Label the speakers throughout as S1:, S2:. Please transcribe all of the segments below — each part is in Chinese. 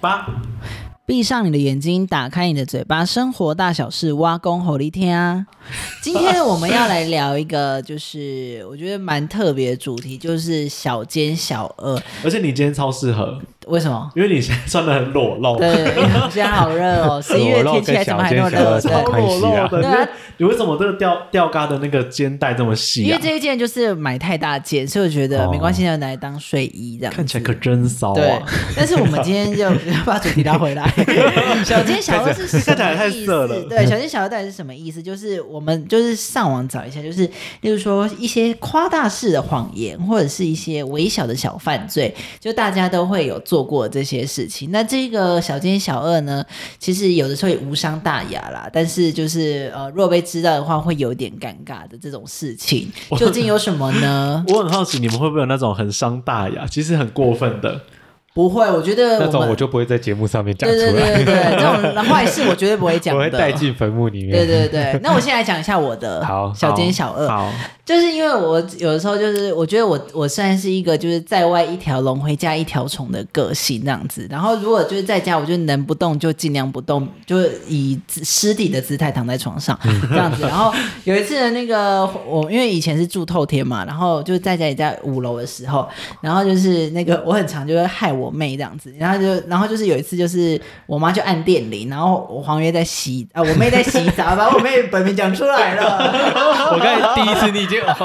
S1: 八，
S2: 闭上你的眼睛，打开你的嘴巴，生活大小事，挖工吼力天啊！今天我们要来聊一个，就是我觉得蛮特别的主题，就是小奸小恶。
S1: 而且你今天超适合，
S2: 为 什么？
S1: 因为你现在穿的很裸露，
S2: 对，现在好热 哦，十一月天气还怎么还那么热？
S1: 超
S2: 对，
S1: 裸露的。
S2: 对
S1: 你
S2: 啊
S1: 为你为什么这个吊吊嘎的那个肩带这么细
S2: 因为
S1: 啊？
S2: 这一件就是买太大件，所以我觉得
S1: 哦
S2: 没关系，就拿来当睡衣这样子。
S1: 看起来可真骚
S2: 对
S1: 啊！，
S2: 但是我们今天就 要把主题拉回来。 小奸小恶是什
S1: 看起来
S2: 么
S1: 太
S2: 意
S1: 色了
S2: 思？对，小奸小恶到底是什么意思？就是我们就是上网找一下，就是例如说一些夸大式的谎言，或者是一些微小的小犯罪，就大家都会有做过这些事情。那这个小奸小恶呢，其实有的时候也无伤大雅啦，但是就是呃，若被知道的话，会有点尴尬的这种事情，究竟有什么呢？
S1: 我很好奇，你们会不会有那种很伤大雅，其实很过分的？
S2: 不会，我觉得呃
S3: 那
S2: 我
S3: 种
S2: 们
S3: 我就不会在节目上面讲
S2: 对对
S3: 出 来，
S2: 对对对，这种坏事我绝对不会讲
S3: 我
S2: 的。
S3: 会带进坟墓里面。
S2: 对对对，那我现在讲一下我的
S3: 好
S2: 小奸小恶，
S1: 好，
S2: 就是因为我有的时候就是我觉得我我算是一个就是在外一条龙回家一条虫的个性这样子，然后如果就是在家，我就能不动就尽量不动，就是以姿尸体的姿态躺在床上
S3: 嗯
S2: 这样子。然后有一次的那个我因为以前是住透天嘛，然后就在家里在五楼的时候，然后就是那个我很常就会害我妹这样子，然后就然后就是有一次就是我妈就按电铃，然后我黄约在洗啊、我妹在洗澡，把我妹本名讲出来了。
S3: 我刚才第一次你已经， 哦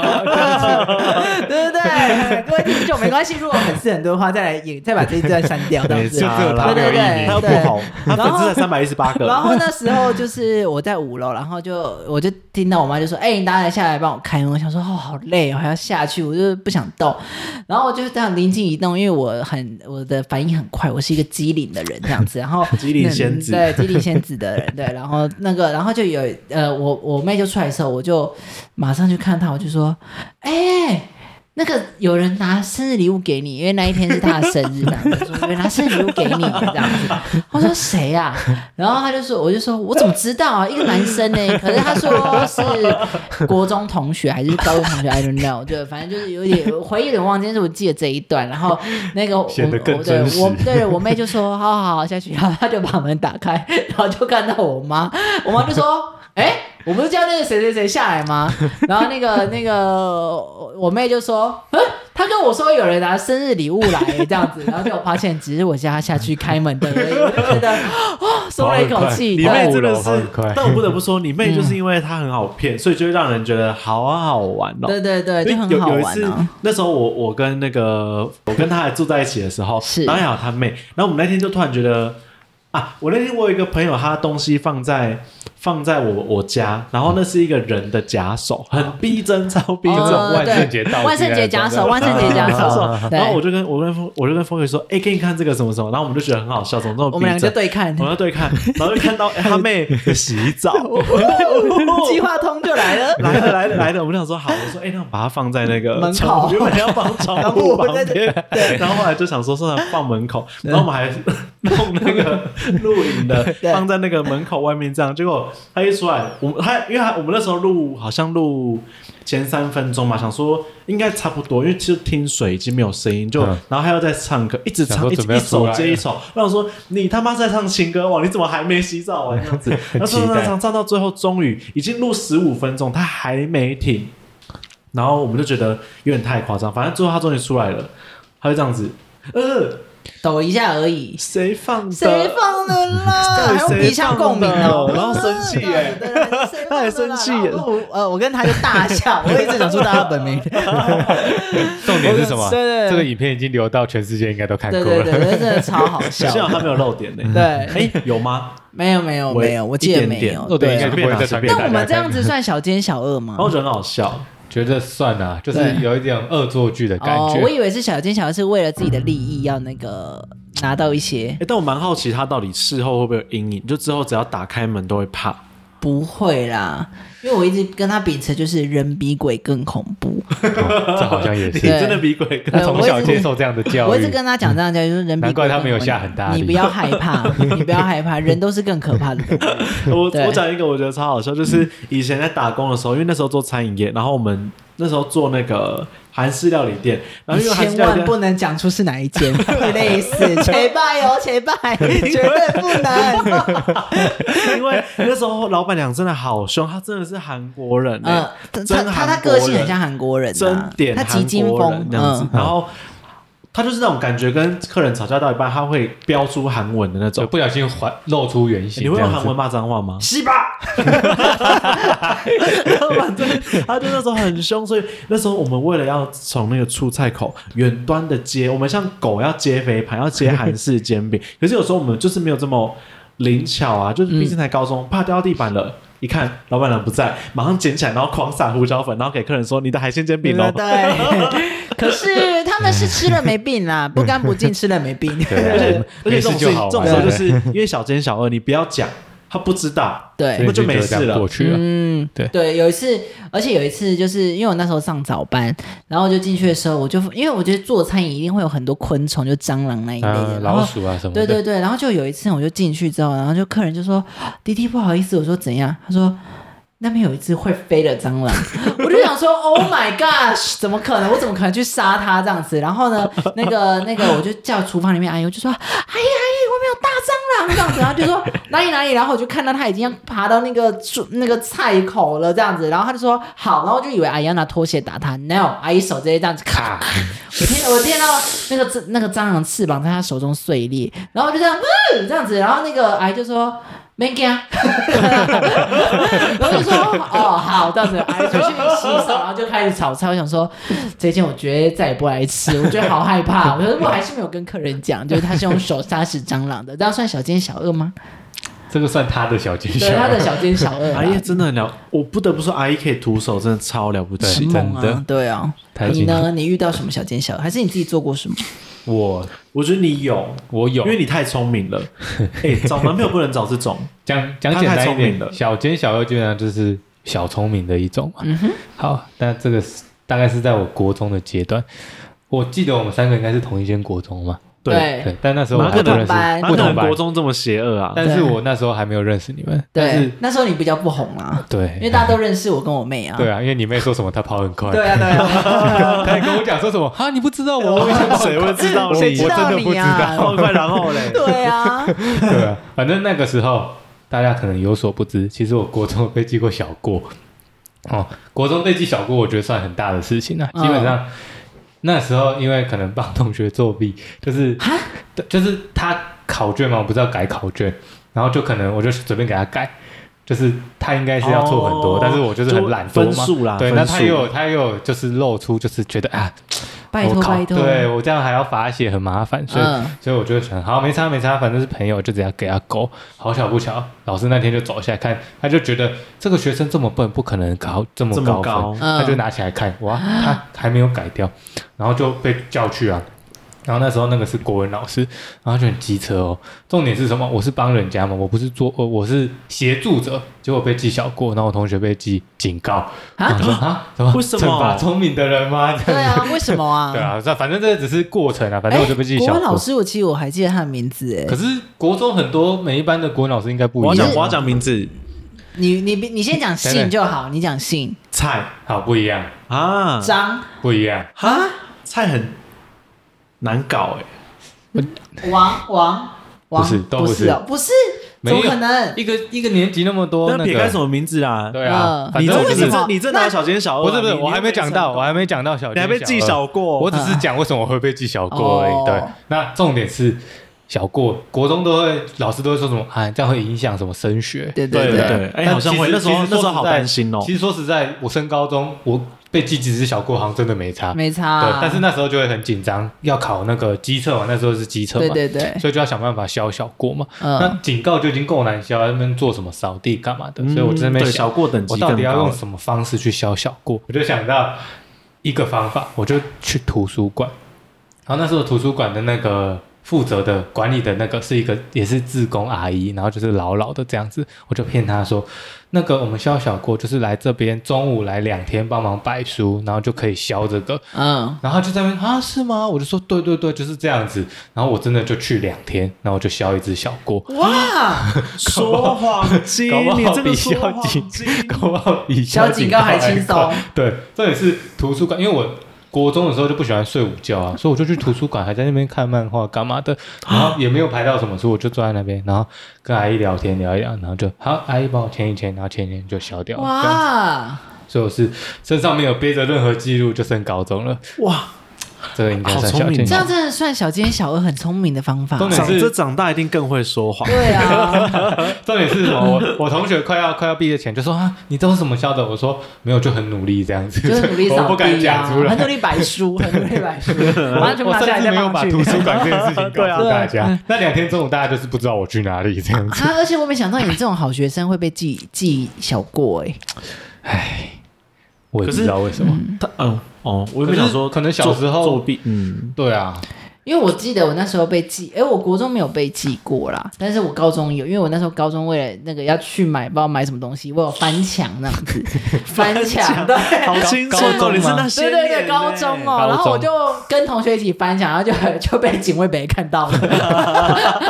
S2: 对不对？各位听众没关系，如果粉丝很多的话，再来也再把这一段删掉，这样子
S3: 就。
S1: 啊
S3: 只有他
S2: 对
S3: 没有
S2: 对
S3: 意
S2: 对，
S3: 义。
S1: 他又不
S2: 对
S1: 红，他
S2: 然后
S1: 粉丝才三百一十八个，
S2: 然后那时候就是我在五楼，然后就我就听到我妈就说：“哎、你打来下来帮我开门。”我想说：“哦，好累哦，还要下去，我就是不想动。”然后我就这样灵机一动，因为我很我的反应很快，我是一个机灵的人这样子。然后
S1: 机灵仙子
S2: 对机灵仙子的人，对。然后那个，然后就有呃，我我妹就出来的时候，我就马上去看她，我就说：“哎、那个有人拿生日礼物给你，因为那一天是他的生日，这样子说有人拿生日礼物给你这样子。我说谁呀、啊？然后他就说，我就说我怎么知道啊？一个男生呢、可是他说是国中同学还是高中同学，I don't know，就反正就是有点我回忆有点忘记，但是我记得这一段。然后那个我
S3: 显得更
S2: 我对
S3: 真实
S2: 我对我妹就说好好好下去， 然后他就把门打开，然后就看到我妈，我妈就说哎。我不是叫那个谁谁谁下来吗？然后那个那个我妹就说，嗯，她跟我说有人拿生日礼物来耶这样子，然后就发现只是我叫她下去开门的而已，我就觉得哦，松了一口气。
S1: 你
S3: 跑很快
S1: 妹
S2: 对
S1: 真的
S3: 跑
S1: 是
S3: 很快，
S1: 但我不得不说，你妹就是因为她很好
S2: 嗯
S1: 骗，所以就会让人觉得好啊好玩哦。
S2: 对对对，就
S1: 因为
S2: 很
S1: 有
S2: 好
S1: 有一
S2: 玩
S1: 次
S2: 啊。，
S1: 那时候我我跟那个我跟她还住在一起的时候，
S2: 是
S1: 然后还有她妹，然后我们那天就突然觉得啊，我那天我有一个朋友，他东西放在放在我我家，然后那是一个人的假手，很逼真，超逼
S2: 哦
S1: 真。
S3: 种万圣节到
S2: 对万圣节假手，万圣节假手，
S1: 啊 然后我就
S2: 对，
S1: 跟我跟风我就跟风雨说，哎、给你看这个什么什么，然后我们就觉得很好笑，怎么这么
S2: 我
S1: 逼
S2: 们两个就
S1: 真？
S2: 对看
S1: 我，们就对看，然后就看到、哎她妹洗澡，
S2: 计划通就 来了。
S1: 来了来了来了，我们想说好，我说哎、那我把它放在那个
S2: 门口
S1: 窗户原本要放 窗户旁
S2: 对对
S1: 边，然后后来就想说算了放门口，然后我们还弄那个录影的
S2: 对
S1: 放在那个门口外面这样，结果他一出来，我们他因为他我们那时候录好像录前三分钟嘛，想说应该差不多，因为其实听水已经没有声音，就
S3: 嗯
S1: 然后他又在唱歌，一直
S3: 想
S1: 唱
S3: 说
S1: 一
S3: 准
S1: 直
S3: 备
S1: 一
S3: 要出
S1: 首
S3: 来
S1: 接一
S3: 了
S1: 首，然后我说你他妈在唱情歌哇，你怎么还没洗澡啊这样 子，然后唱唱
S3: 期待
S1: 唱唱唱到最后，终于已经录十五分钟，他还没停。然后我们就觉得有点太夸张，反正最后他终于出来了，他就这样子，呃，
S2: 抖一下而已，
S1: 谁放的？
S2: 谁放的啦？还
S1: 到
S2: 用
S1: 底
S2: 鼻
S1: 谁放
S2: 腔
S1: 的
S2: 共鸣哦，
S1: 然后生气耶
S2: 对对对谁放的啦
S1: 他还生气耶
S2: 然后我呃，我跟他就大 笑，我一直讲出大家本名。
S3: 重点是什么？
S2: 对对对
S3: 这个影片已经流到全世界，应该都看过
S2: 对对对，
S3: 了。
S2: 对真的超好笑
S1: 幸。好他没有漏点呢、
S2: 对，
S1: 哎，有吗？
S2: 没有没有
S1: 我
S2: 没有，我记得
S1: 一点
S2: 没
S1: 点哦
S2: 有。
S3: 那对，应该就不会再传给大
S2: 那我
S3: 家看。
S2: 们这样子算小奸小恶吗
S1: 然？后我觉得很好笑，
S3: 觉得算了，就是
S2: 对
S3: 有一点恶作剧的感
S2: 哦，我
S3: 觉。
S2: 以为是小奸小恶是为了自己的利益要那个拿到一些，
S1: 哎，但我蛮好奇他到底事后会不会有阴影，就之后只要打开门都会怕。
S2: 不会啦，因为我一直跟他秉持就是人比鬼更恐怖，
S3: 哦这好像也
S1: 你
S3: 是
S2: 对
S1: 真的比鬼更
S2: 对
S3: 从小接受这样的教
S2: 我一直
S3: 育。
S2: 跟他讲这样讲，就是人比鬼
S3: 难怪他没有
S2: 更恐怖
S3: 下很大力
S2: 你不要害 怕，你不要害怕，人都是更可怕的东 西。
S1: 我
S2: 对嗯
S1: 我讲一个我觉得超好笑，就是以前在打工的时候，因为那时候做餐饮业，然后我们那时候做那个韩式料理店，然后因为韩
S2: 千
S1: 式料理
S2: 万
S1: 店
S2: 不能讲出是哪 一间，会累死，切拜哦，切 拜，绝对不能。
S1: 因为那时候老板娘真的好凶，她真的是韩国人、欸，
S2: 嗯，他
S1: 真
S2: 他他
S1: 韩
S2: 个
S1: 国
S2: 性很
S1: 人
S2: 像韩国人、啊，
S1: 真点
S2: 他
S1: 韩
S2: 极金
S1: 国人
S2: 风，
S1: 这样子
S2: 嗯，，
S1: 然后。他就是那种感觉，跟客人吵架到一半，他会飙出韩文的那
S3: 就
S1: 种。
S3: 不小心还露出原形。
S1: 你会
S3: 这
S1: 用
S3: 样子
S1: 韩文骂脏话吗？
S2: 西吧，
S1: 老板真的，他就那时候很凶，所以那时候我们为了要从那个出菜口远端的接，我们像狗要接肥盘，要接韩式煎饼，可是有时候我们就是没有这么灵巧啊，就是毕竟才高中，怕掉到地板了。一看老板娘不在，马上捡起来，然后狂撒胡椒粉，然后给客人说：“你的海鲜煎饼哦。
S2: 对。可是他们是吃了没病啦，不干不净吃了没病。
S3: 对
S1: 而且
S3: 嗯
S1: 而且这种事
S3: 没事就
S1: 情，
S3: 好
S1: 这种时候就是因为小奸小恶，你不要讲，他不知道，
S3: 所以
S2: 对
S1: 那就没事了
S3: 这样过去了。
S2: 嗯，
S3: 对
S2: 对，有一次，而且有一次，就是因为我那时候上早班，然后就进去的时候，我就因为我觉得做餐饮一定会有很多昆虫，就蟑螂那一类
S3: 啊，
S2: 的，然后
S3: 老鼠啊什么
S2: 对
S3: 的，
S2: 对对，然后就有一次我就进去之后，然后就客人就说：“弟弟不好意思。”我说：“怎样？”他说。那边有一只会飞的蟑螂， 我就想说，Oh my gosh，怎么可能？我怎么可能去杀它这样子？然后呢，那个那个，我就叫厨房里面阿姨，我就说，阿姨阿姨，我们有大蟑螂这样子，然后就说哪里哪里，然后我就看到它已经要爬到那个树那个菜口了这样子，然后他就说好，然后我就以为阿姨要拿拖鞋打它，No，阿姨手直接这样子咔，我听我听到那个蟑那个蟑螂翅膀在他手中碎裂，然后我就这样，嗯，这样子，然后那个阿姨就说。没 给啊，然后就说哦好，到时候阿姨回去洗手，然后就开始炒菜。我想说，这件我绝对再也不来吃，我觉得好害怕。我说我还是没有跟客人讲，就是他是用手杀死蟑螂的，这样算小奸小恶吗？
S3: 这个算他的小哎技巧
S2: 对，。他的小奸小恶啦，啊
S1: 阿姨哎真的很了，我不得不说，阿姨可以徒手，真的超了不起
S2: 很。猛
S3: 真
S2: 啊
S3: 的，
S2: 对啊。
S3: 太
S2: 你
S3: 精彩
S2: 呢？你遇到什么小奸小恶，还是你自己做过什么？
S3: 我
S1: 我觉得你有，
S3: 我有
S1: 因为你太聪明 了。哎、找男朋友不能找这种，
S3: 讲讲
S1: 他
S3: 简
S1: 太
S3: 单一
S1: 聪明
S3: 点，
S1: 了
S3: 小奸小恶基本上就是小聪明的一种
S2: 嗯
S3: 嘛。好，那这个是大概是在我国中的阶段。我记得我们三个应该是同一间国中嘛，
S1: 对，
S3: 对，但那时候我
S1: 哪
S3: 还
S1: 可
S3: 不
S1: 能
S3: 认识
S2: 班，
S1: 哪
S3: 不
S1: 可
S3: 同
S1: 能
S3: 班
S1: 国，中这么邪恶啊？
S3: 但是我那时候还没有认识你们，但
S2: 对
S3: 是，
S2: 那时候你比较不红啊啦，因为
S3: 对
S2: 大家都认识我跟我妹啊。
S3: 对啊，因为你妹说什么她跑很快，
S2: 对啊，对 啊，
S3: 她还跟我讲说什么哈你不知道我为什么跑 很
S1: 谁
S3: 快
S1: 会知道
S3: 我
S1: 谁知
S2: 道
S3: 我真的不
S2: 你
S3: 知
S2: 啊
S3: 道，
S1: 哦，快然后嘞，
S3: 哎
S2: 对啊，
S3: 对啊，反正那个时候大家可能有所不知，其实我国中被记过小过。哦，国中被记小过，我觉得算很大的事情了、啊
S2: 嗯
S3: 基本上、那时候因为可能帮同学作弊，就是
S2: 哈
S3: 对就是他考卷嘛，我不知道改考卷，然后就可能我就随便给他改。就是他应该是要错很多，
S1: 哦
S3: 但是我就是很懒惰
S1: 就
S3: 嘛。
S1: 分数啦
S3: 对，
S1: 分
S3: 那
S1: 数
S3: 他也有他也有就是露出就是觉得啊，
S2: 拜
S3: 我
S2: 托
S3: 考
S2: 拜托，
S3: 对我这样还要罚写很麻烦，所以、
S2: 嗯
S3: 所以我就想，好没差没差，反正是朋友，就只要给他勾。好巧不巧，老师那天就走下来看，他就觉得这个学生这么笨，不可能考这么
S1: 这么
S3: 高
S1: 高
S3: 分，
S2: 嗯
S3: 他就拿起来看，哇，他还没有改掉，然后就被叫去啊。然后那时候那个是国文老师，然后就很机车哦。重点是什么？我是帮人家嘛，我不是做，呃我是协助者。结果被记小过，然后我同学被记警告。
S2: 啊
S3: 我说啊，怎么
S1: 为什么
S3: 惩罚聪明的人吗？
S2: 对啊，为什么啊？ 哎
S3: 对，啊，这反正这只是过程啊，反正我就被记
S2: 国
S3: 小
S2: 文
S3: 过
S2: 老。师，我其实我还记得他的名字哎
S3: 可。是国中很多每一班的国文老师应该不
S1: 我要
S3: 一样
S1: 讲，，我要讲名字，
S2: 你你你先讲
S3: 等
S2: 姓
S3: 等
S2: 就好，你讲姓
S1: 菜
S3: 好不一样，
S1: 啊，
S2: 张
S3: 不一样。
S2: 啊
S1: 菜很难搞哎、
S2: 王王王
S3: 不是都不是
S2: 是哦，不是
S3: 没
S2: 怎
S3: 有
S2: 么可能？
S3: 一个一个年级那么多，
S1: 那
S3: 哦那
S1: 撇开什
S3: 个
S1: 么名字啦？
S3: 对啊
S2: 嗯，
S3: 反
S1: 你
S3: 正
S1: 这
S3: 我
S1: 你
S2: 为
S3: 就是
S2: 什么
S1: 这你这哪有小奸小恶啊？
S3: 不是不是，
S1: 你
S3: 我还没讲到，我还没讲到小，
S1: 你还被记小，过，
S3: 我只是讲为什么我会被记小过而
S2: 哦
S3: 已。对，那重点是。小过国中都会，老师都会说什么啊？这样会影响什么升学？
S2: 对
S1: 对
S2: 对
S1: 对对哎
S3: 但
S1: 好像会
S3: 其实
S1: 那时候
S3: 其实说
S1: 那时候好
S3: 实在
S1: 担心哦
S3: 其实说实在，我升高中，我被记几只小过，好像真的没差。
S2: 没差
S3: 对
S2: 啊，，
S3: 但是那时候就会很紧张，要考那个机测嘛，那时候是机测嘛，
S2: 对对对，
S3: 所以就要想办法消小过嘛。那
S2: 嗯，
S3: 警告就已经够难消，那边做什么扫地干嘛的，所以我就在那
S1: 嗯对
S3: 边
S1: 小
S3: 想，
S1: 过等级
S3: 我到
S1: 更
S3: 底要
S1: 高
S3: 用
S1: 了。
S3: 什么方式去消小过？我就想到一个方法，我就去图书馆。然后那时候图书馆的那个负责的管理的那个是一个也是自工阿姨，然后就是老老的这样子，我就骗她说，那个我们肖小郭就是来这边中午来两天帮忙摆书，然后就可以消这个，
S2: 嗯，
S3: 然后他就在那边啊是吗？我就说对对对，就是这样子，然后我真的就去两天，然后我就消一只小郭，
S2: 嗯哇，
S1: 说谎机，
S3: 搞不好
S1: 你这个
S3: 比
S1: 说
S3: 萧
S1: 谎
S3: 敬
S1: 机，
S3: 搞不好比
S2: 小警告还轻松。
S3: 对，这也是图书馆，因为我国中的时候就不喜欢睡午觉啊，所以我就去图书馆，还在那边看漫画干嘛的，然后也没有排到什么书，我就坐在那边，然后跟阿姨聊天聊一聊，然后就好，阿姨帮我签一签，然后签一签就消掉了。这样
S2: 哇，
S3: 所以我是身上没有背着任何记录，就升高中了，
S1: 哇，
S3: 这个应该
S1: 好
S3: 算
S1: 聪
S3: 小
S1: 明
S3: 进
S2: 这
S3: 步
S1: 哦。
S2: 样真的算小奸小恶很聪明的方法。
S3: 重点
S1: 长
S3: 是
S1: 这长大一定更会说谎。
S2: 对啊，
S3: 重点是什么？我 我同学快要快要毕业前就说啊，你都是怎么消的？我说没有，就很努力这样 子，
S2: 就是努力
S3: 我
S2: 扫
S3: 不敢
S2: 地
S3: 讲
S2: 啊，
S3: 出来
S2: 很。努力摆 书，很努力摆书，然后就
S3: 我
S2: 拿下
S3: 甚
S2: 来
S3: 至
S2: 再
S3: 没有把
S2: 放
S3: 图
S2: 去。
S3: 书馆这件事情告诉
S1: 对
S3: 大家。那两天中午，大家就是不知道我去哪里这样子。
S2: 啊！而且我没想到你这种好学生会被记记小过哎、
S3: 我也不知道为什么。
S1: 他嗯哦，我也
S3: 可
S1: 不
S3: 是
S1: 想说
S3: 可能小
S1: 作
S3: 时候
S1: 作弊，嗯，
S3: 对啊，
S2: 因为我记得我那时候被记，哎，我国中没有被记过啦，但是我高中有，因为我那时候高中为了那个要去买，不知道买什么东西，我有翻墙那样 子，翻墙对。
S1: 好轻松
S3: 高
S1: 哦，
S3: 中
S1: 你是
S3: 吗
S1: 那些
S2: 对对
S1: 年呢
S2: 对，高中哦，
S3: 高中
S2: 然后我就跟同学一起翻墙，然后就就被警卫北看到了。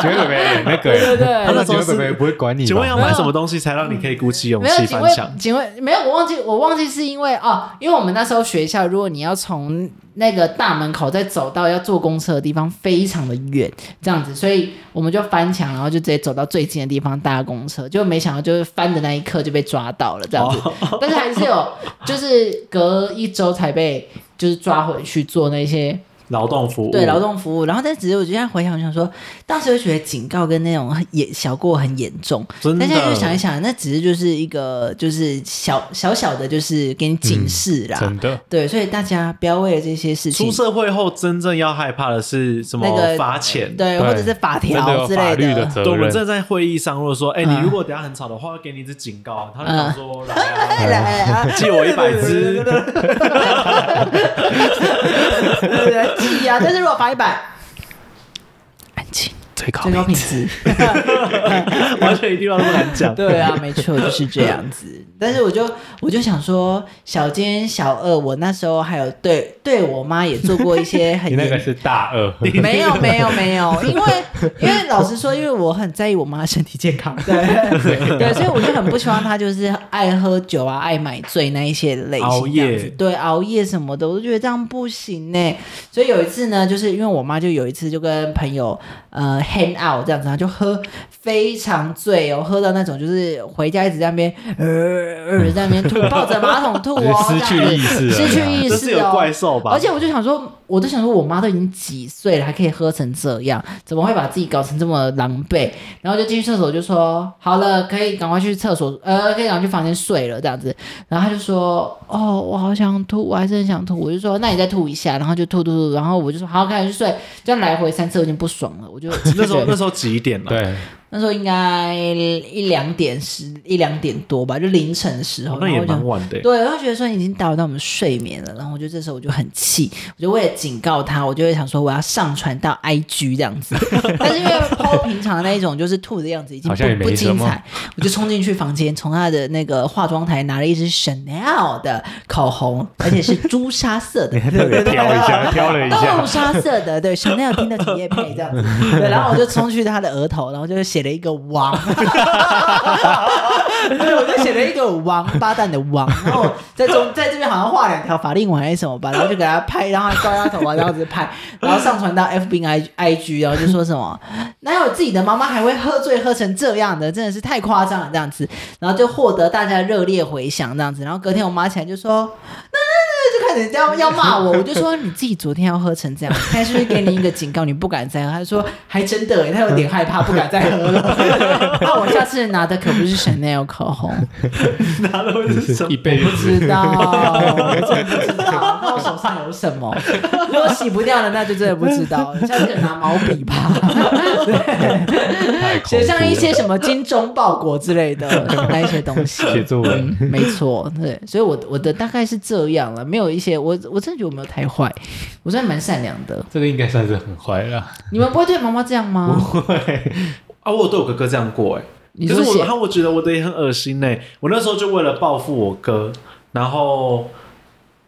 S3: 警卫妹妹那个
S2: 对对
S3: 人，
S2: 对，
S1: 他那时
S3: 警
S1: 候
S3: 卫
S1: 是
S3: 妹妹不会管你
S1: 请问要
S3: 吧？
S1: 买什么东西才让你可以鼓起勇
S2: 没有
S1: 气
S2: 警
S1: 翻
S2: 卫
S1: 墙？
S2: 警卫没有，我忘记我忘记是因为哦，因为我们那时候学校，如果你要从那个大门口再走到要坐公车的地方，非常的远，这样子，所以我们就翻墙，然后就直接走到最近的地方搭公车，就没想到就是翻的那一刻就被抓到了这样子， 但是还是有，就是隔一周才被就是抓回去做那些。
S1: 劳动服务，
S2: 对劳动服务，然后但只是我就现在回想，我想说，当时就觉得警告跟那种很严小过很严重，
S1: 真的
S2: 但现在就想一想，那只是就是一个就是小小小的，就是给你警示啦。
S3: 真的，
S2: 对，所以大家不要为了这些事情
S1: 出，社会后真正要害怕的是什么
S2: 那个？
S1: 罚钱。
S2: 对，
S3: 对
S2: 或者是法
S3: 真的有
S2: 条之
S3: 法
S2: 类
S3: 律的责
S1: 对，我们
S3: 任。
S1: 正在会议上，如果说，哎，你
S2: 嗯
S1: 如果等一下很吵的话，会给你一支警告。他就想说，来啊，
S2: 哎来啊
S1: 借我一百支，
S2: 对对对，记啊！但是如果罚一百，安静，
S3: 最高
S2: 最高品质。
S1: 完全一定要那么难讲。
S2: 对 啊，没错，就是这样子。但是我就我就想说，小奸小恶，我那时候还有对对我妈也做过一些很
S3: 你那个
S2: 严。
S3: 是大 二，
S2: 没有没有没有，因为因为老实说，因为我很在意我妈的身体健康，对 对，所以我就很不希望她就是爱喝酒啊、爱买醉那一些类型，
S1: 熬夜
S2: 这样子对熬夜什么的，我就觉得这样不行呢。所以有一次呢，就是因为我妈就有一次就跟朋友呃 hang out 这样子，然后就喝非常醉哦，喝到那种就是回家一直在那边呃呃在那边吐，抱着马桶吐哦，
S3: 失去
S2: 这样子
S3: 意识了
S2: 失去意
S1: 这是
S2: 识
S1: 有
S2: 哦，
S1: 怪兽吧？
S2: 而且我就想说，我都想说，我妈都已经几岁了，还可以喝成这样，怎么会把自己搞成这么狼狈？然后就进去厕所，就说好了，可以赶快去厕所，呃，可以赶快去房间睡了这样子。然后她就说，哦，我好想吐，我还是很想吐。我就说，那你再吐一下，然后就吐吐吐，然后我就说好，赶紧去睡。这样来回三次，我已经不爽了，我就
S1: 那时候那时候几点啊了？
S3: 对，
S2: 那时候应该一两点十一两点多吧，就凌晨的时候
S1: 哦，，那
S2: 然
S1: 也
S2: 后我就
S1: 蛮晚的耶。
S2: 对，然后觉得说你已经打扰到我们睡眠了，然后我就这时候我就很气，我就为了警告他，我就会想说我要上传到 IG 这样子，但是因为 PO 平常的那一种就是吐的样子已经
S3: 好像也
S2: 不不
S3: 没什
S2: 精
S3: 么
S2: 彩，我就冲进去房间，从他的那个化妆台拿了一支 Chanel 的口红，而且是朱砂色的，
S3: 特别挑一下，挑了一
S2: 豆
S3: 下，
S2: 沙色的，对，Chanel 听的体液配这样子，对，然后我就冲去他的额头，然后就写了一个王，对，我就写了一个王八蛋的王，然后我在中 在这边好像画两条法令纹还是什么吧，然后就给他拍，然后抓他头发这样子拍，然后上传到 FB I I G，然后就说什么哪有自己的妈妈还会喝醉喝成这样的，真的是太夸张了这样子，然后就获得大家热烈回响这样子，然后隔天我妈起来就说。就开始要要骂我，我就说你自己昨天要喝成这样，他是不是给你一个警告，你不敢再喝？他说还真的耶，他有点害怕，不敢再喝了。那我下次拿的可不是 Chanel 口红，
S1: 拿了会是 什么
S3: 一辈
S2: 不
S3: 子
S2: 知道，我真的不知道，那我手上有什么？如果洗不掉的，那就真的不知道了。下次拿毛笔吧，
S3: 太恐怖
S2: 写
S3: 了
S2: 上一些什么精忠报国之类的那一些东西。
S3: 写作文，
S2: 嗯，没错，对，所以我我的大概是这样了，没有一些，我我真的觉得我没有太坏，我算蛮善良的。
S3: 这个应该算是很坏 了。
S2: 你们不会对妈妈这样吗？
S1: 啊，我有对我哥哥这样过哎、
S2: 你
S1: 可
S2: 说
S1: 是我，
S2: 写
S1: 然后我觉得我的也很恶心呢、欸我那时候就为了报复我哥，然后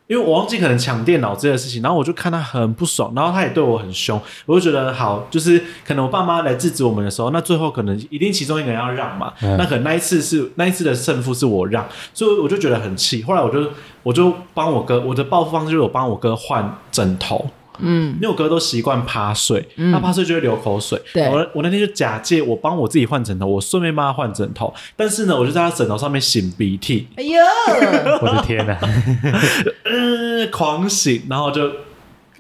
S1: 因为我忘记可能抢电脑这件事情，然后我就看他很不爽，然后他也对我很凶，我就觉得好，就是可能我爸妈来制止我们的时候，那最后可能一定其中一个人要让嘛，
S3: 嗯
S1: 那可能那一次是那一次的胜负是我让，所以我就觉得很气。后来我就我就帮我哥，我的报复方式就是我帮我哥换枕头，
S2: 嗯，
S1: 因为我哥都习惯趴睡，
S2: 嗯
S1: 他趴睡就会流口水。
S2: 对
S1: 我我那天就假借我帮我自己换枕头，我顺便帮他换枕头，但是呢，我就在他枕头上面擤鼻涕，
S2: 哎呦，
S3: 我的天啊哪、
S1: 呃，狂擤，然后就。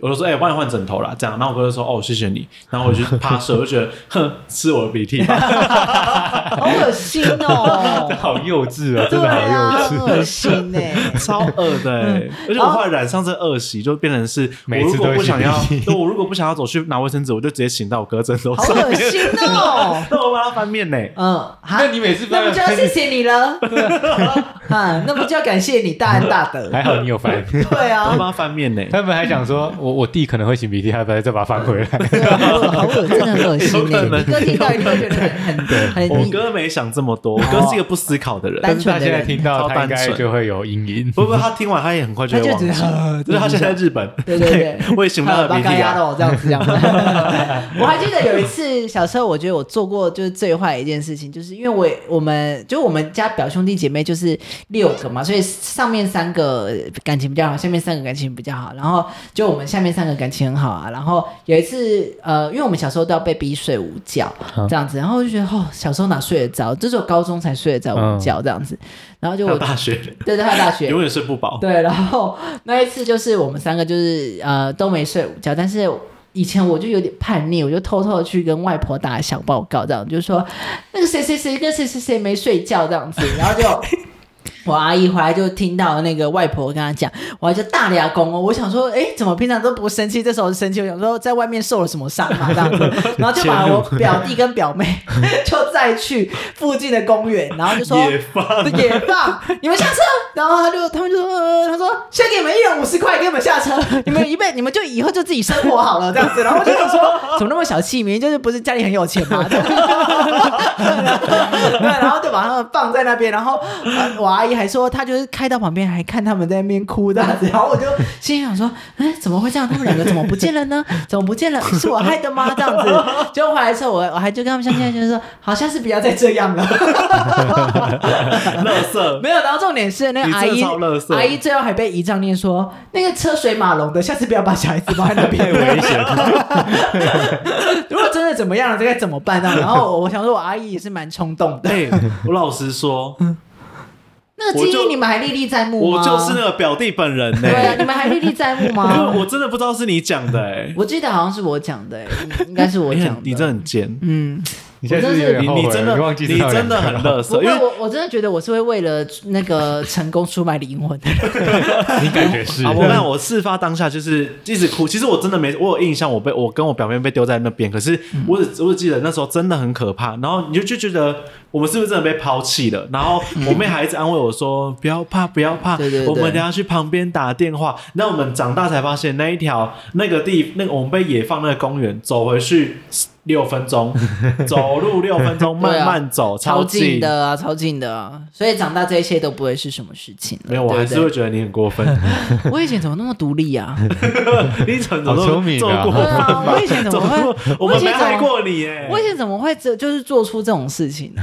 S1: 我就说，哎、我帮你换枕头啦，这样。然后我哥就说，哦，谢谢你。然后我就趴睡，我就觉得，哼，吃我的鼻涕 吧。
S2: 好恶心哦
S3: 这，好幼稚啊！
S2: 对
S3: 真的好幼
S2: 啊，
S3: 稚。
S2: 很恶心哎、
S1: 超恶的、欸，而且我后来染上这恶习，就变成是，我
S3: 每
S1: 如
S3: 次都
S1: 果
S3: 会
S1: 不想要
S3: 擤鼻，涕
S1: 对我如果不想要走去拿卫生纸，我就直接擤到我哥枕头
S2: 好
S1: 上
S2: 恶
S1: 面。
S2: 心哦。
S1: 那我帮他翻面呢、
S2: 嗯，好
S3: 那，你每次
S2: 那不就要谢谢你了？啊，那不就要感谢你大恩大德？
S3: 还好你有翻。
S2: 对
S1: 我
S2: 啊
S1: 帮，他翻面呢、
S3: 他们还想说，我我弟可能会擤鼻涕，还不再把它翻回 来。
S2: 对啊好恶好恶，真的很恶心
S1: 有可
S2: 哎！
S1: 能
S2: 你哥听到一定会觉得很很
S1: 我
S2: 很
S1: 哥没想这么多，我哥是一个不思考的人。
S2: 单
S3: 但是他
S2: 纯的
S3: 现在
S2: 人，
S3: 听到，他应
S1: 超单
S3: 该
S1: 纯
S3: 就会有阴影。
S1: 不不，他听完他也很快就会忘记
S2: 他就觉得呃，
S1: 就是他现在在日本，
S2: 对对对，
S1: 我也擤不到他
S2: 巴
S1: 的鼻
S2: 嘎
S1: 涕
S2: 丫
S1: 啊。
S2: 头这样子这样。 我还记得有一次小时候，我觉得我做过就是最坏的一件事情，就是因为我也我们就我们家表兄弟姐妹就是六个嘛，所以上面三个感情比较好，下面三个感情比较好，然后就我们下面三个感情很好啊。然后有一次呃，因为我们小时候都要被逼睡午觉
S3: 嗯
S2: 这样子，然后我就觉得哦，小时候哪睡得着？这只有高中才睡得着午觉这样子。然后就
S1: 还有
S2: 我
S1: 大学
S2: 对 对，还有大学
S1: 永远睡不饱，
S2: 对，然后那一次就是我们三个就是呃都没睡午觉，但是以前我就有点叛逆，我就偷偷的去跟外婆打小报告，这样就是说那个谁谁谁跟谁谁谁没睡觉这样子，然后就。我阿姨回来就听到那个外婆跟她讲，我还就大俩公哦，我想说，哎，怎么平常都不生气，这时候生气，我想说在外面受了什么伤嘛这样子，然后就把我表弟跟表妹 就再去附近的公园，然后就说
S1: 也放。
S2: 也放，你们下车。然后他就他们就说，呃他说先给你们一人五十块，给你们下车， 你们一辈你们就以后就自己生活好了这样子。然后我就想说，怎么那么小气？明明就是不是家里很有钱嘛。对，然后就把他们放在那边。然后呃我阿姨还说，她就是开到旁边还看他们在那边哭这样子。然后我就心里想说，哎，怎么会这样？他们两个怎么不见了呢？怎么不见了？是我害的吗？这样子。结果回来之后，我我还就跟他们相亲，就是说，好像是不要再这样了。
S1: 乐色，
S2: 没有，然后重点是那个阿
S1: 你
S2: 姨
S1: 这超垃，圾
S2: 阿姨最后还被姨丈念说，那个车水马龙的，下次不要把小孩子放在那 边，
S3: 危险了，
S2: 如果真的怎么样了，这该怎么办呢？然后我我想说，我阿姨也是蛮冲动的。
S1: 哎，我老实说，
S2: 嗯那个记
S1: 我就
S2: 忆你们还历历在目吗？
S1: 我就是那个表弟本人呢
S2: 对。 啊，你们还历历在目吗
S1: 因为？我真的不知道是你讲的哎，
S2: 我记得好像是我讲的、欸，应应该是我
S1: 你
S2: 讲
S1: 很
S2: 的。
S1: 你真的很贱，
S2: 嗯，
S3: 你现在是不是有
S1: 你
S3: 点后悔
S1: 你真的
S3: 了，啊忘记
S1: 你真的很乐
S2: 不
S1: 色，
S2: 会，
S1: 因为
S2: 我我真的觉得我是会为了那个成功出卖灵 魂的人。
S3: 你感觉是
S1: 啊，我看我事发当下就是一直哭。其实我真的没，我有印象，我被我跟我表妹被丢在那边，可是
S2: 嗯
S1: 我只我只记得那时候真的很可怕。然后你就就觉得我们是不是真的被抛弃了？然 后我妹还一直安慰我说：“不要怕，不要怕，
S2: 对对对
S1: 我们等一下去旁边打电话。”那我们长大才发现那一条那个地那个我们被野放那个公园走回去六分 钟，走路六分钟，
S2: 对啊
S1: 慢慢走，
S2: 超近
S1: 近。
S2: 的啊，超近的啊，所以长大这一切都不会是什么事情了。
S1: 没有，我
S2: 对
S1: 还
S2: 不对
S1: 是会觉得你很过分。
S2: 我以前怎么那么独立啊？
S1: 你怎么
S3: 好聪明啊
S1: 这么过
S2: 对
S1: 分
S2: 啊，我以前怎
S1: 怎
S2: 么
S1: 么
S2: 会？
S1: 会？我
S2: 我以
S1: 们没
S2: 前怎
S1: 害
S2: 么？
S1: 过你哎！
S2: 我以前怎么会这就是做出这种事情呢、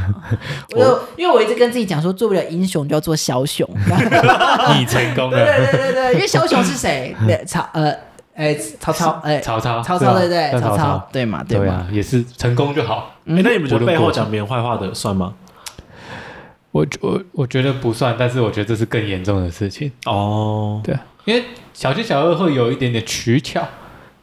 S2: 我就因为我一直跟自己讲说，做不了英雄就要做枭雄。
S3: 你成功
S2: 对
S3: 了，
S2: 对对对对，因为枭雄是 谁？对曹呃哎曹操哎
S3: 曹操，
S2: 曹操对不对？
S3: 算
S2: 曹
S3: 啊
S2: 操
S3: 曹操，
S2: 对嘛对
S3: 对
S2: 嘛？
S3: 啊，也是成功就好。
S1: 欸那你们觉得
S3: 我都
S1: 背后
S3: 过
S1: 讲别人坏话的算吗？
S3: 我我我觉得不算，但是我觉得这是更严重的事情。
S1: 哦，
S2: 啊
S3: 对，因为小奸小恶会有一点点取巧，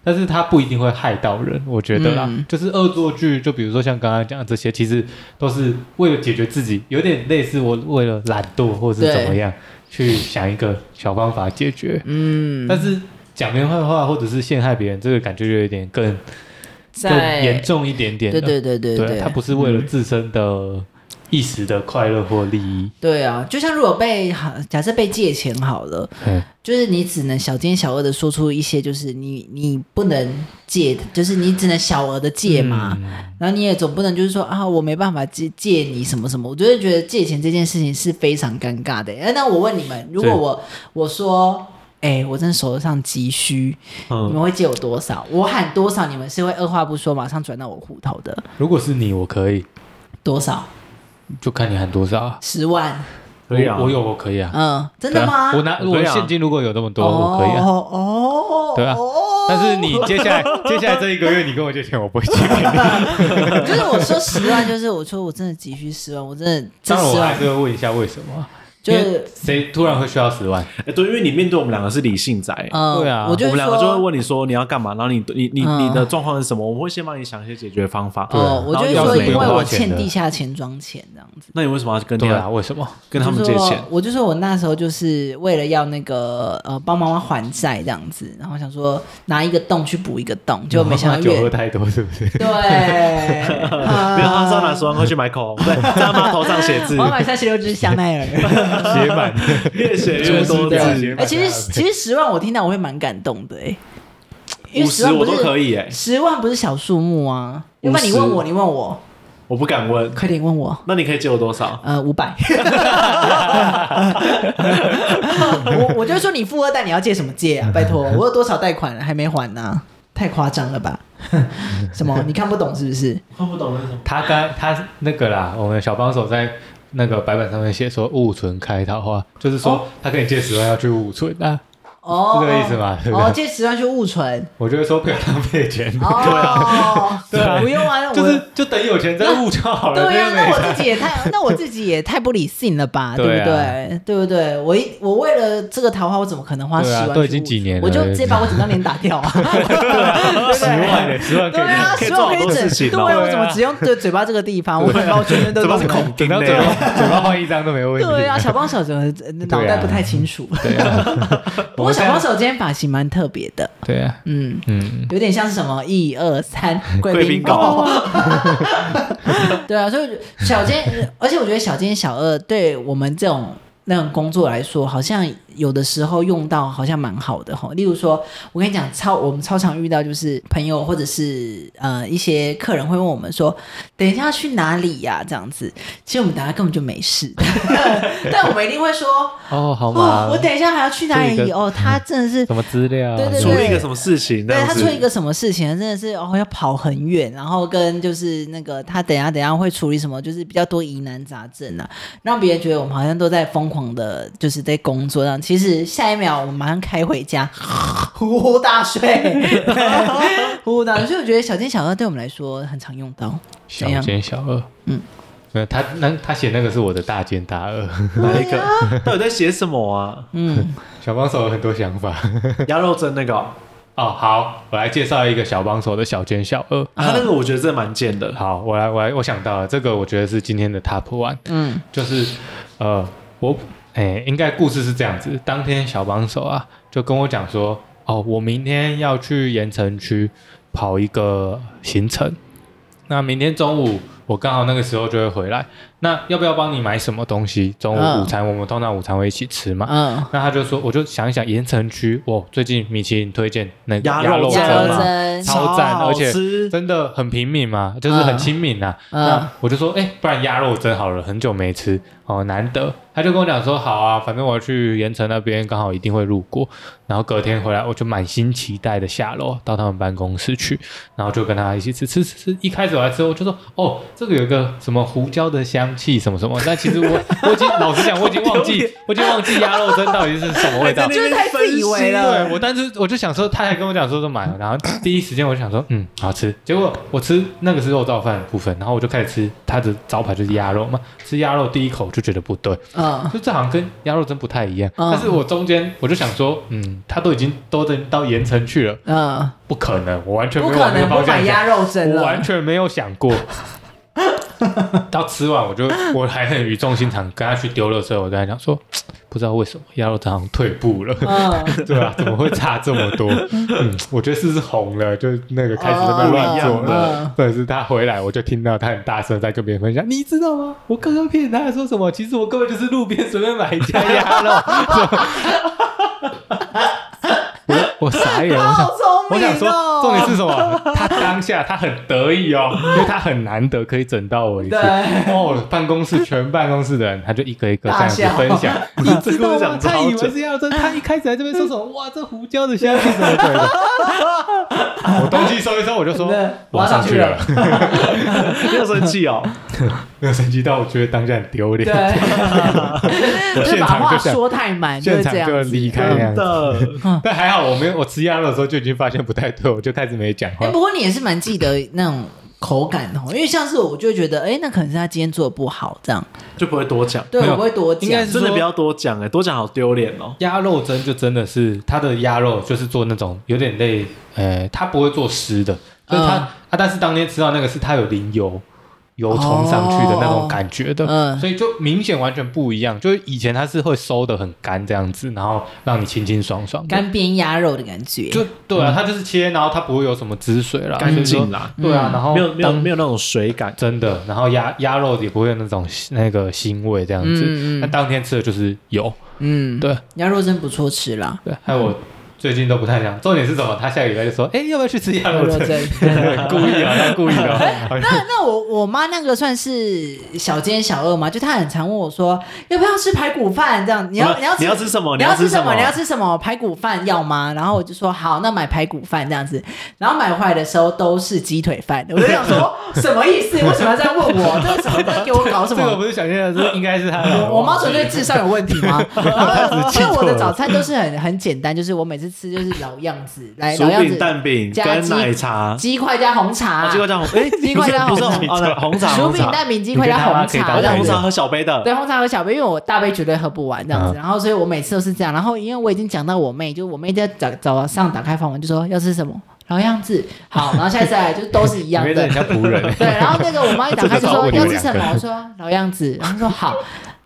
S3: 但是他不一定会害到人，我觉得啦。
S2: 嗯
S3: 就是恶作剧，就比如说像刚刚讲的这些，其实都是为了解决自己，有点类似我为了懒惰或是怎么样去想一个小方法解决。
S2: 嗯，
S3: 但是讲别人坏话或者是陷害别人，这个感觉就有点更更
S2: 在
S3: 严重一点点啊
S2: 对
S3: 了。
S2: 对对对
S3: 对他不是为了自身的一时的快乐或利益。
S2: 对啊，就像如果被好假设被借钱好了，
S3: 嗯，
S2: 就是你只能小奸小恶的说出一些，就是你你不能借，就是你只能小额的借
S3: 嗯
S2: 嘛。然后你也总不能就是说啊，我没办法借借你什么什么。我就是觉得借钱这件事情是非常尴尬的。哎，那我问你们，如果
S3: 对
S2: 我我说。哎、我真的手头上急需，你
S1: 嗯，
S2: 们会借我多少？我喊多少，你们是会二话不说马上转到我户头的？
S3: 如果是你，我可以，
S2: 多少？
S3: 就看你喊多少啊。
S2: 十万？
S1: 可以啊
S3: 我我有，我可以啊。
S2: 嗯，真的吗？
S3: 对啊我拿
S1: 可
S3: 我
S1: 以啊
S3: 现金如果有这么多，我可以 啊。
S2: 哦哦，
S3: 对啊
S2: 哦
S3: 但是你接下来接下来这一个月你跟我借钱，我不会借给
S2: 啊
S3: 你。
S2: 就是我说十万，就是我说我真的急需十万，我真的这
S3: 当然
S2: 十
S3: 我还
S2: 万
S3: 是会问一下为什么啊，
S2: 就
S3: 因为
S2: 是
S3: 谁突然会需要十万？
S1: 哎对，因为你面对我们两个是理性仔，
S2: 嗯，
S3: 对啊
S2: 我就
S1: 我们
S2: 是
S1: 两个就会
S2: 说。
S1: 问你说你要干嘛，然后你你你
S2: 嗯
S1: 你的状况是什么，我们会先帮你想一些解决方法。
S2: 哦，我就会
S1: 然后
S2: 说，
S1: 要是
S2: 因
S1: 不
S2: 为
S1: 用
S2: 我
S3: 花钱
S2: 欠
S3: 的
S2: 地下钱庄钱这样子。
S1: 那你为什么要跟
S3: 对
S1: 他、
S3: 啊，为什么？
S1: 跟他们借钱？
S2: 我就说，我就说我那时候就是为了要那个呃帮妈妈还债这样子，然后想说拿一个洞去补一个洞，结果没想到
S3: 酒喝
S2: 越
S3: 太多是 不是？
S2: 对，没 呃
S1: 没有，他是要拿十万块去买口红，对，在妈头上写 字
S2: 我，要买三十六支香奈 儿。
S3: 写满，
S1: 越写越多
S3: 对啊
S1: 字
S3: 写，
S2: 哎，
S3: 满
S2: 其实其实十万我听到我会蛮感动的哎，因
S1: 五
S2: 为十
S1: 十
S2: 万
S1: 我
S2: 不是
S1: 都可以哎，
S2: 十万不是小数目啊，要不然你问我，你问我，
S1: 我不敢问。
S2: 快点问我。
S1: 那你可以借我多少？
S2: 呃，五百，我我就说你富二代，你要借什么借 啊？拜托，我有多少贷款还没还呢、太夸张了吧？ 什么？你 看不懂是不是？
S1: 看不懂那 种。
S3: 他刚他那个啦，我们小帮手在那个白板上面写说物存开桃花，就是说他跟你借十万要去物存啊，
S2: 哦，
S3: 是这个意思吗对不对
S2: 哦，借十万去误 存。
S3: 我就会说不要浪费钱，
S2: 哦，
S3: 对啊
S2: 不用啊，我
S3: 就是就等有钱再物就好了，
S2: 对
S3: 这
S2: 呀、
S3: 样
S2: 那
S3: 没
S2: 我
S3: 差
S2: 自己也太， 那我自己也太不理性了吧，对
S3: 对
S2: 不
S3: 啊
S2: 对？对不对？我一我为了这个桃花，我怎么可能花十
S3: 对啊
S2: 万去物色？
S3: 都已经几年了
S2: 我就直接把我整张脸打掉 啊！对啊
S3: 十万欸十万可
S2: 对
S3: 以
S2: 啊，
S1: 可以
S2: 十
S1: 做好
S2: 万可以
S1: 多
S2: 整，
S1: 事情
S2: 对
S1: 哦
S2: 啊，我
S3: 对啊
S2: 怎么只用对嘴巴这个地啊方？我可能
S1: 啊
S2: 把我全身都
S1: 嘴巴
S2: 弄
S1: 是
S2: 红
S1: 孔。丁
S3: 顶到
S1: 的
S3: 嘴
S1: 欸，
S3: 巴嘴巴换一张都没有问题。
S2: 对啊，小帮手怎么呃脑袋不太清楚？
S3: 对啊，
S2: 不过小帮手今天发型蛮特别的，
S3: 对啊，
S2: 嗯，
S3: 嗯，
S2: 有点像是什么一二三贵
S1: 贵宾
S2: 宾狗
S1: 狗。
S2: 对啊，所以我觉得小奸，而且我觉得小奸小恶对我们这种那种工作来说，好像有的时候用到好像蛮好的哈。例如说，我跟你讲，超我们超常遇到就是朋友或者是呃一些客人会问我们说，等一下要去哪里呀、这样子，其实我们大家根本就没事， 但我们一定会说，
S3: 哦，好
S2: 哦
S3: 嘛，，
S2: 我等一下还要去哪
S3: 这
S2: 里？
S3: 个
S2: 哦，他真的是
S3: 什么资料？啊
S2: 对对
S1: 出
S2: 对
S1: 一个什么事情？
S2: 对他出一
S1: 个，
S2: 个什么事情，真的是哦，要跑很远，然后跟就是那个他等一下等一下会处理什么，就是比较多疑难杂症啊，让别人觉得我们好像都在疯狂的，就是在工作上。其实下一秒我们马上开回 家，呼呼大睡，呼呼大睡。所以我觉得小奸小恶对我们来说很常用到。
S3: 小
S2: 怎样
S3: 奸小恶，
S2: 嗯
S3: 嗯，没有他那他写那个是我的大奸大恶，
S1: 哪一个？到底在写什么啊？
S2: 嗯，
S3: 小帮手有很多想法。
S1: 鸭肉蒸那个哦，
S3: 哦，好，我来介绍一个小帮手的小奸小恶。
S1: 他那个我觉得真的蛮贱的。
S3: 好，我来，我来，我想到了，这个我觉得是今天的 top one，
S2: 嗯
S3: 就是呃，我哎、应该故事是这样子，当天小帮手啊就跟我讲说，哦，我明天要去盐城区跑一个行程，那明天中午我刚好那个时候就会回来，那要不要帮你买什么东西？中午
S2: 嗯
S3: 午餐、我们通常午餐会一起吃嘛。
S2: 嗯，
S3: 那他就说，我就想一想盐城区，哇，最近米其林推荐那个
S1: 鸭
S3: 鸭
S1: 肉啊
S3: 肉
S1: 真
S2: 加
S1: 的
S3: 蒸
S2: 油
S1: 吗
S3: 嘛，
S2: 针，
S3: 超赞
S1: 好
S3: 而且
S1: 吃
S3: 真的很平民嘛，就是很亲民啊呐、
S2: 嗯嗯
S3: 那我就说，哎、不然鸭肉蒸好了，很久没吃哦，难得。他就跟我讲说，好啊，反正我去盐城那边，刚好一定会路过。然后隔天回来，我就满心期待的下楼到他们办公室去，然后就跟他一起吃吃吃吃。一开始我来吃，我就说，哦，这个有一个什么胡椒的香气什么什么，但其实我我已经老实讲，我已经忘记，我已经忘记鸭肉蒸到底是什么味道
S1: 哎还在那。边
S2: 就是太自以为了
S1: 分析啊
S3: 对我当时我就想说，他还跟我讲说是买了，然后第一时间我就想说，嗯，好吃。结果我吃那个是肉燥饭的部分，然后我就开始吃它的招牌就是鸭肉嘛，吃鸭肉第一口就觉得不对，
S2: 嗯
S3: 就这好像跟鸭肉真不太一样。
S2: 嗯
S3: 但是我中间我就想说，嗯，他都已经都已经到盐城去了，
S2: 嗯，
S3: 不可能，我完全没
S2: 不
S3: 有
S2: 可
S3: 往那个
S2: 能
S3: 方
S2: 不买
S3: 向想，
S2: 鸭肉蒸
S3: 我
S2: 了
S3: 完。全没有想过。到吃完我就我还很语重心长跟他去丢垃圾，我跟他讲说，不知道为什么鸭肉汤好像退步了，
S2: 嗯，
S3: 对啊，怎么会差这么 多？嗯，我觉得是不是红了，就是那个开始在那边乱做
S1: 哦不一样
S3: 了
S2: 了。
S3: 或者是他回来，我就听到他很大声在跟别人分享，你知道吗？我刚刚骗他说什么？其实我根本就是路边随便买一家鸭肉。 我我傻眼，我想
S2: 好聪
S3: 我
S2: 明哦！
S3: 想说，重点是什么？ 他当下他很得意哦，因为他很难得可以整到我一次。
S2: 对
S3: 哦，办公室全办公室的人，他就一个一个这样子
S2: 大笑
S3: 分享。 你知道吗？
S1: 这个我想
S3: 他
S1: 超
S3: 以
S1: 久
S3: 为是要这，他一开始在这边说什么？哇，这胡椒的香气什么鬼的？ 我东西收一收，我就 说
S2: 对
S3: 我要上去了。
S1: 不要生气哦。
S3: 没有神奇到我觉得当下很 丢脸，
S2: 对，
S3: 我
S2: 就是
S3: 现
S2: 把
S3: 场
S2: 话
S3: 就想
S2: 说太满，就
S3: 现
S2: 是这
S3: 场
S2: 样
S3: 就
S2: 子。
S3: 离 开那
S1: 真
S3: 样子。
S1: 的，
S3: 但还好，我没有我吃鸭肉的时候就已经发现不太对，我就开始没讲话
S2: 哎，。不过你也是蛮记得那种口感的哦，因为像是我就会觉得，哎，那可能是他今天做的不好，这样。
S1: 就不会多讲。
S2: 对，
S3: 没有
S2: 我不会多讲。
S3: 应该是
S1: 真的不要多讲哎、多讲好丢脸哦。
S3: 鸭肉蒸就真的是它的鸭肉就是做那种有点类，呃，它不会做湿的，就是它、
S2: 嗯
S3: 啊，但是当天吃到那个是它有淋油油冲上去的那种感觉的，
S2: 嗯
S3: 所以就明显完全不一样。就是以前它是会收的很干这样子，然后让你清清爽爽的。
S2: 干嗯煸鸭肉的感觉，
S3: 就对啊，它就是切，然后它不会有什么汁水啦，
S1: 干净
S3: 所以
S1: 啦
S3: 说对
S2: 嗯
S3: 啊啊，然后
S1: 没有没有
S3: 当
S1: 没有那种水感，
S3: 真的，然后鸭鸭肉也不会有那种那个腥味这样子
S2: 嗯嗯。
S3: 那当天吃的就是有，
S2: 嗯，
S3: 对，
S2: 鸭肉真不错吃啦。
S3: 对，害我最近都不太想。重点是什么？他下个礼拜就说：“哎、要不要去吃鸭 肉
S2: 鸭
S3: 蒸
S2: 肉蒸？”
S3: 故意啊，他故 意的、 啊。
S2: 哎那那我我妈那个算是小奸小恶嘛？就她很常问我说，要不要吃排骨饭？这样你要
S1: 啊
S2: 你要吃
S1: 你要吃什么
S2: 你要吃
S1: 你要吃什么
S2: 你要吃什么？排骨饭要吗？然后我就说好，那买排骨饭这样子。然后买回来的时候都是鸡腿饭，我就想说什么意思？为什么要这样问我？这是什么？在给我搞什
S3: 这个
S2: 么？
S3: 不是小鲜肉，这应该是他的。哦
S2: 我妈纯粹智商有问题吗？然后
S3: 记
S2: 因为我
S3: 错
S2: 的
S3: 了
S2: 早餐都是很很简单，就是我每次吃就是老样子，来
S1: 薯
S2: 老样
S1: 饼、
S2: 子，
S1: 蛋饼
S2: 加
S1: 跟
S2: 鸡
S1: 奶茶，
S2: 鸡块加红茶
S1: 啊，，鸡块 加红，哎，
S2: 鸡块加
S1: 不是
S2: 红
S1: 红哦，红茶，
S2: 薯
S1: 红
S2: 饼、
S1: 茶，
S2: 蛋饼、鸡块加红
S3: 你跟他
S2: 茶
S3: 妈可以
S1: 我想
S2: 这
S3: 搭
S2: 样
S1: 红
S2: 子。
S1: 茶喝小杯 的，
S2: 对，红茶和小杯，因为我大杯绝对喝不完这
S3: 嗯
S2: 样子，然后所以我每次都是这样。然后因为我已经讲到我妹，就我妹在早早上打开房门就说要吃什么，老样子，好，然后下次来就都是一
S3: 你
S2: 样
S3: 别
S2: 的
S3: 很。像仆 人、
S2: 对，然后那个我妈一打开就
S3: 这个
S2: 说
S3: 我也
S2: 要
S3: 有
S2: 吃什么，
S3: 两个
S2: 我说老样子，然后说好，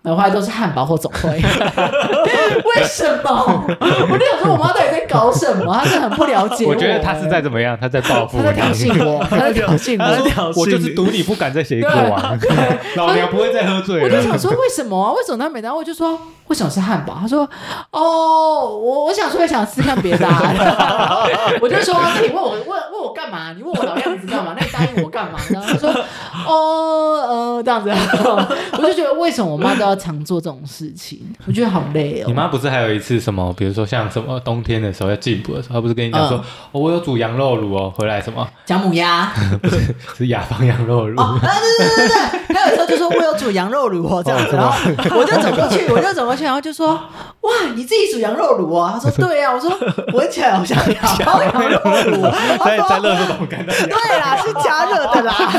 S2: 然后后来都是汉堡或总 会，为什么？我就想说我妈到底在搞什么，她是很不了解
S3: 我觉得
S2: 我
S3: 他是在怎么样？他在报复
S2: 她在挑衅
S3: 你。
S2: 我，她 在挑衅
S1: 他在
S2: 我。
S1: 挑衅
S3: 我就是赌你不敢再写一个啊！ 老娘不会再喝醉
S2: 我就
S3: 了
S2: 想。说为什么啊？为什么他每单？我就说为什么是汉堡？他说哦，我我想说也想吃看别的、啊。 我就说那你问我问问我干嘛？你问我老样子干嘛？那你答应我干嘛呢？他说哦呃这样子， 我就觉得为什么我妈都要常做这种事情？我觉得好累哦。
S3: 你妈不是还有一次什么，比如说像什么冬天的时候要进补的时候，她不是跟你讲说，
S2: 嗯
S3: 哦，我有煮羊肉炉哦，回来什么
S2: 讲母鸭
S3: 是 雅芳羊肉炉，
S2: 哦， 啊对对对对对，还有时候就说我有煮羊肉炉哦这样子，然后我就走过去，我就走过去，然后就说 哇你自己煮羊肉炉哦，他说对啊，我说闻起来好像 羊肉炉， 他
S3: 在在
S2: 说
S3: 乐圾桶看到羊，
S2: 对啦是加热的 啦，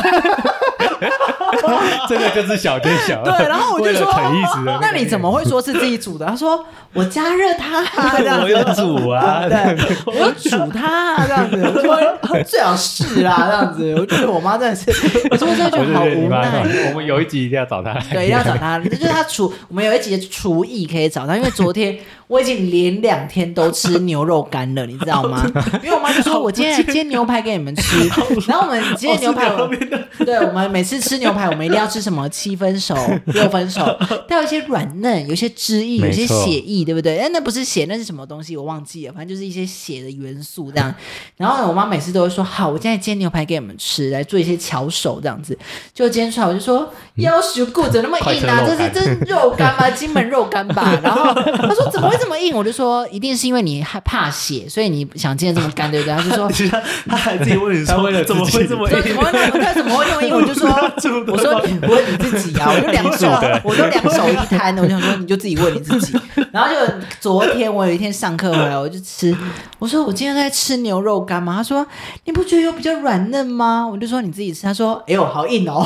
S3: 这个就是小奸小恶。
S2: 对，然后我就
S3: 为了
S2: 说
S3: 逞一 时的
S2: 那你怎么会说是自己煮的？他说我加热它啊这样
S3: 我
S2: 子
S3: 有。煮啊，
S2: 对，我有煮它啊，这样子，我说 最好是啦，这样子，我觉得我妈真的是，我说真的觉
S3: 我
S2: 得
S3: 就
S2: 好
S3: 觉得你
S2: 无
S3: 妈
S2: 奈
S3: 很。好，我们有一集一定要找她来。
S2: 对，要找他，就是他厨，我们有一节厨艺可以找他，因为昨天我已经连两天都吃牛肉干了，你知道吗？因为我妈就说，我今天煎牛排给你们吃，然后我们今天牛排，
S1: 哦是牛。
S2: 对，我们每次吃牛排，我们一定要吃什么七分熟、六分熟，带有一些软嫩，有一些汁液，有一些
S3: 没错
S2: 血液，对不对？哎，那不是血，那是什么东西？我忘记了，反正就是一些血的元素这样。然后呢，我妈每次都会说，好，我现在煎牛排给你们吃，来做一些巧手这样子。就煎出来，我就说要求骨怎么那么硬啊？
S3: 快
S2: 这
S3: 吃
S2: 是
S3: 肉干
S2: 这是肉干 吧？金门肉干吧？然后他说怎么会这么硬？我就说一定是因为你害怕血，所以你想煎得这么干，对不对？他就说
S1: 其实他还自己问你
S3: 他为了
S1: 说，
S3: 自己
S1: 怎么会这么
S2: 对，怎
S1: 硬
S2: 么？会那么他怎么会那么硬？我就 说，
S1: 煮的
S2: 我说你问你自己啊，我就两手，我就两手一摊，我就想说你就自己问你自己。然后就昨天我有一天上课回来，我就吃，我说我今天在吃牛肉干嘛？他说你不觉得有比较软嫩 吗？我就说你自己吃，他说哎呦好硬哦，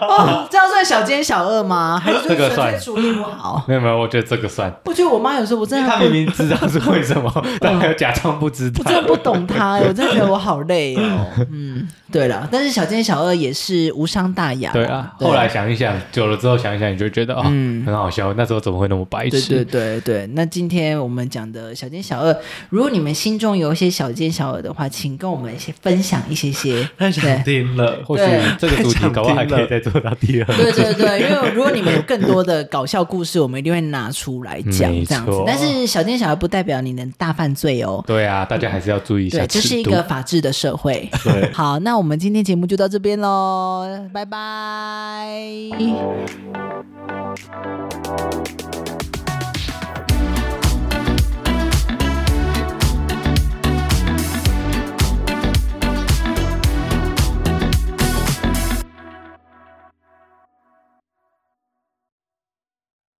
S2: 哦，这样所以算小奸小恶吗？还是
S3: 这
S2: 纯
S3: 个
S2: 粹
S3: 算
S2: 厨艺不好？
S3: 没有没有，我觉得这个算。
S2: 我觉得我妈有时候我真的
S3: 他
S2: 不
S3: 明明知道是为什么， 但还要假装不知
S2: 我
S3: 道
S2: 真。嗯的不懂 他、欸，我真的觉得我好累哦。嗯，对了，但是小奸小恶也是无伤大雅。
S3: 对啊，
S2: 对
S3: 后来想一想，久了之后想一想，你就觉得哦，
S2: 嗯
S3: 很好笑。那时候怎么会那么白
S2: 对对
S3: 痴？
S2: 对对，那今天我们讲的小奸小恶，如果你们心中有一些小奸小恶的话，请跟我们一起分享一些些。
S1: 太想
S2: 对
S1: 听了，
S3: 或许
S2: 对
S3: 这个主题搞不好还可以再做到第二集。
S2: 对对对，因为如果你们有更多的搞笑故事，我们一定会拿出来讲
S3: 没
S2: 这样子
S3: 错。
S2: 但是小奸小恶不代表你能大犯罪哦。
S3: 对啊，大家还是要注意一下
S2: 对，这
S3: 尺
S2: 是一
S3: 度。
S2: 个法治的社会。
S1: 对，
S2: 好，那我们今天节目就到这边喽，拜拜。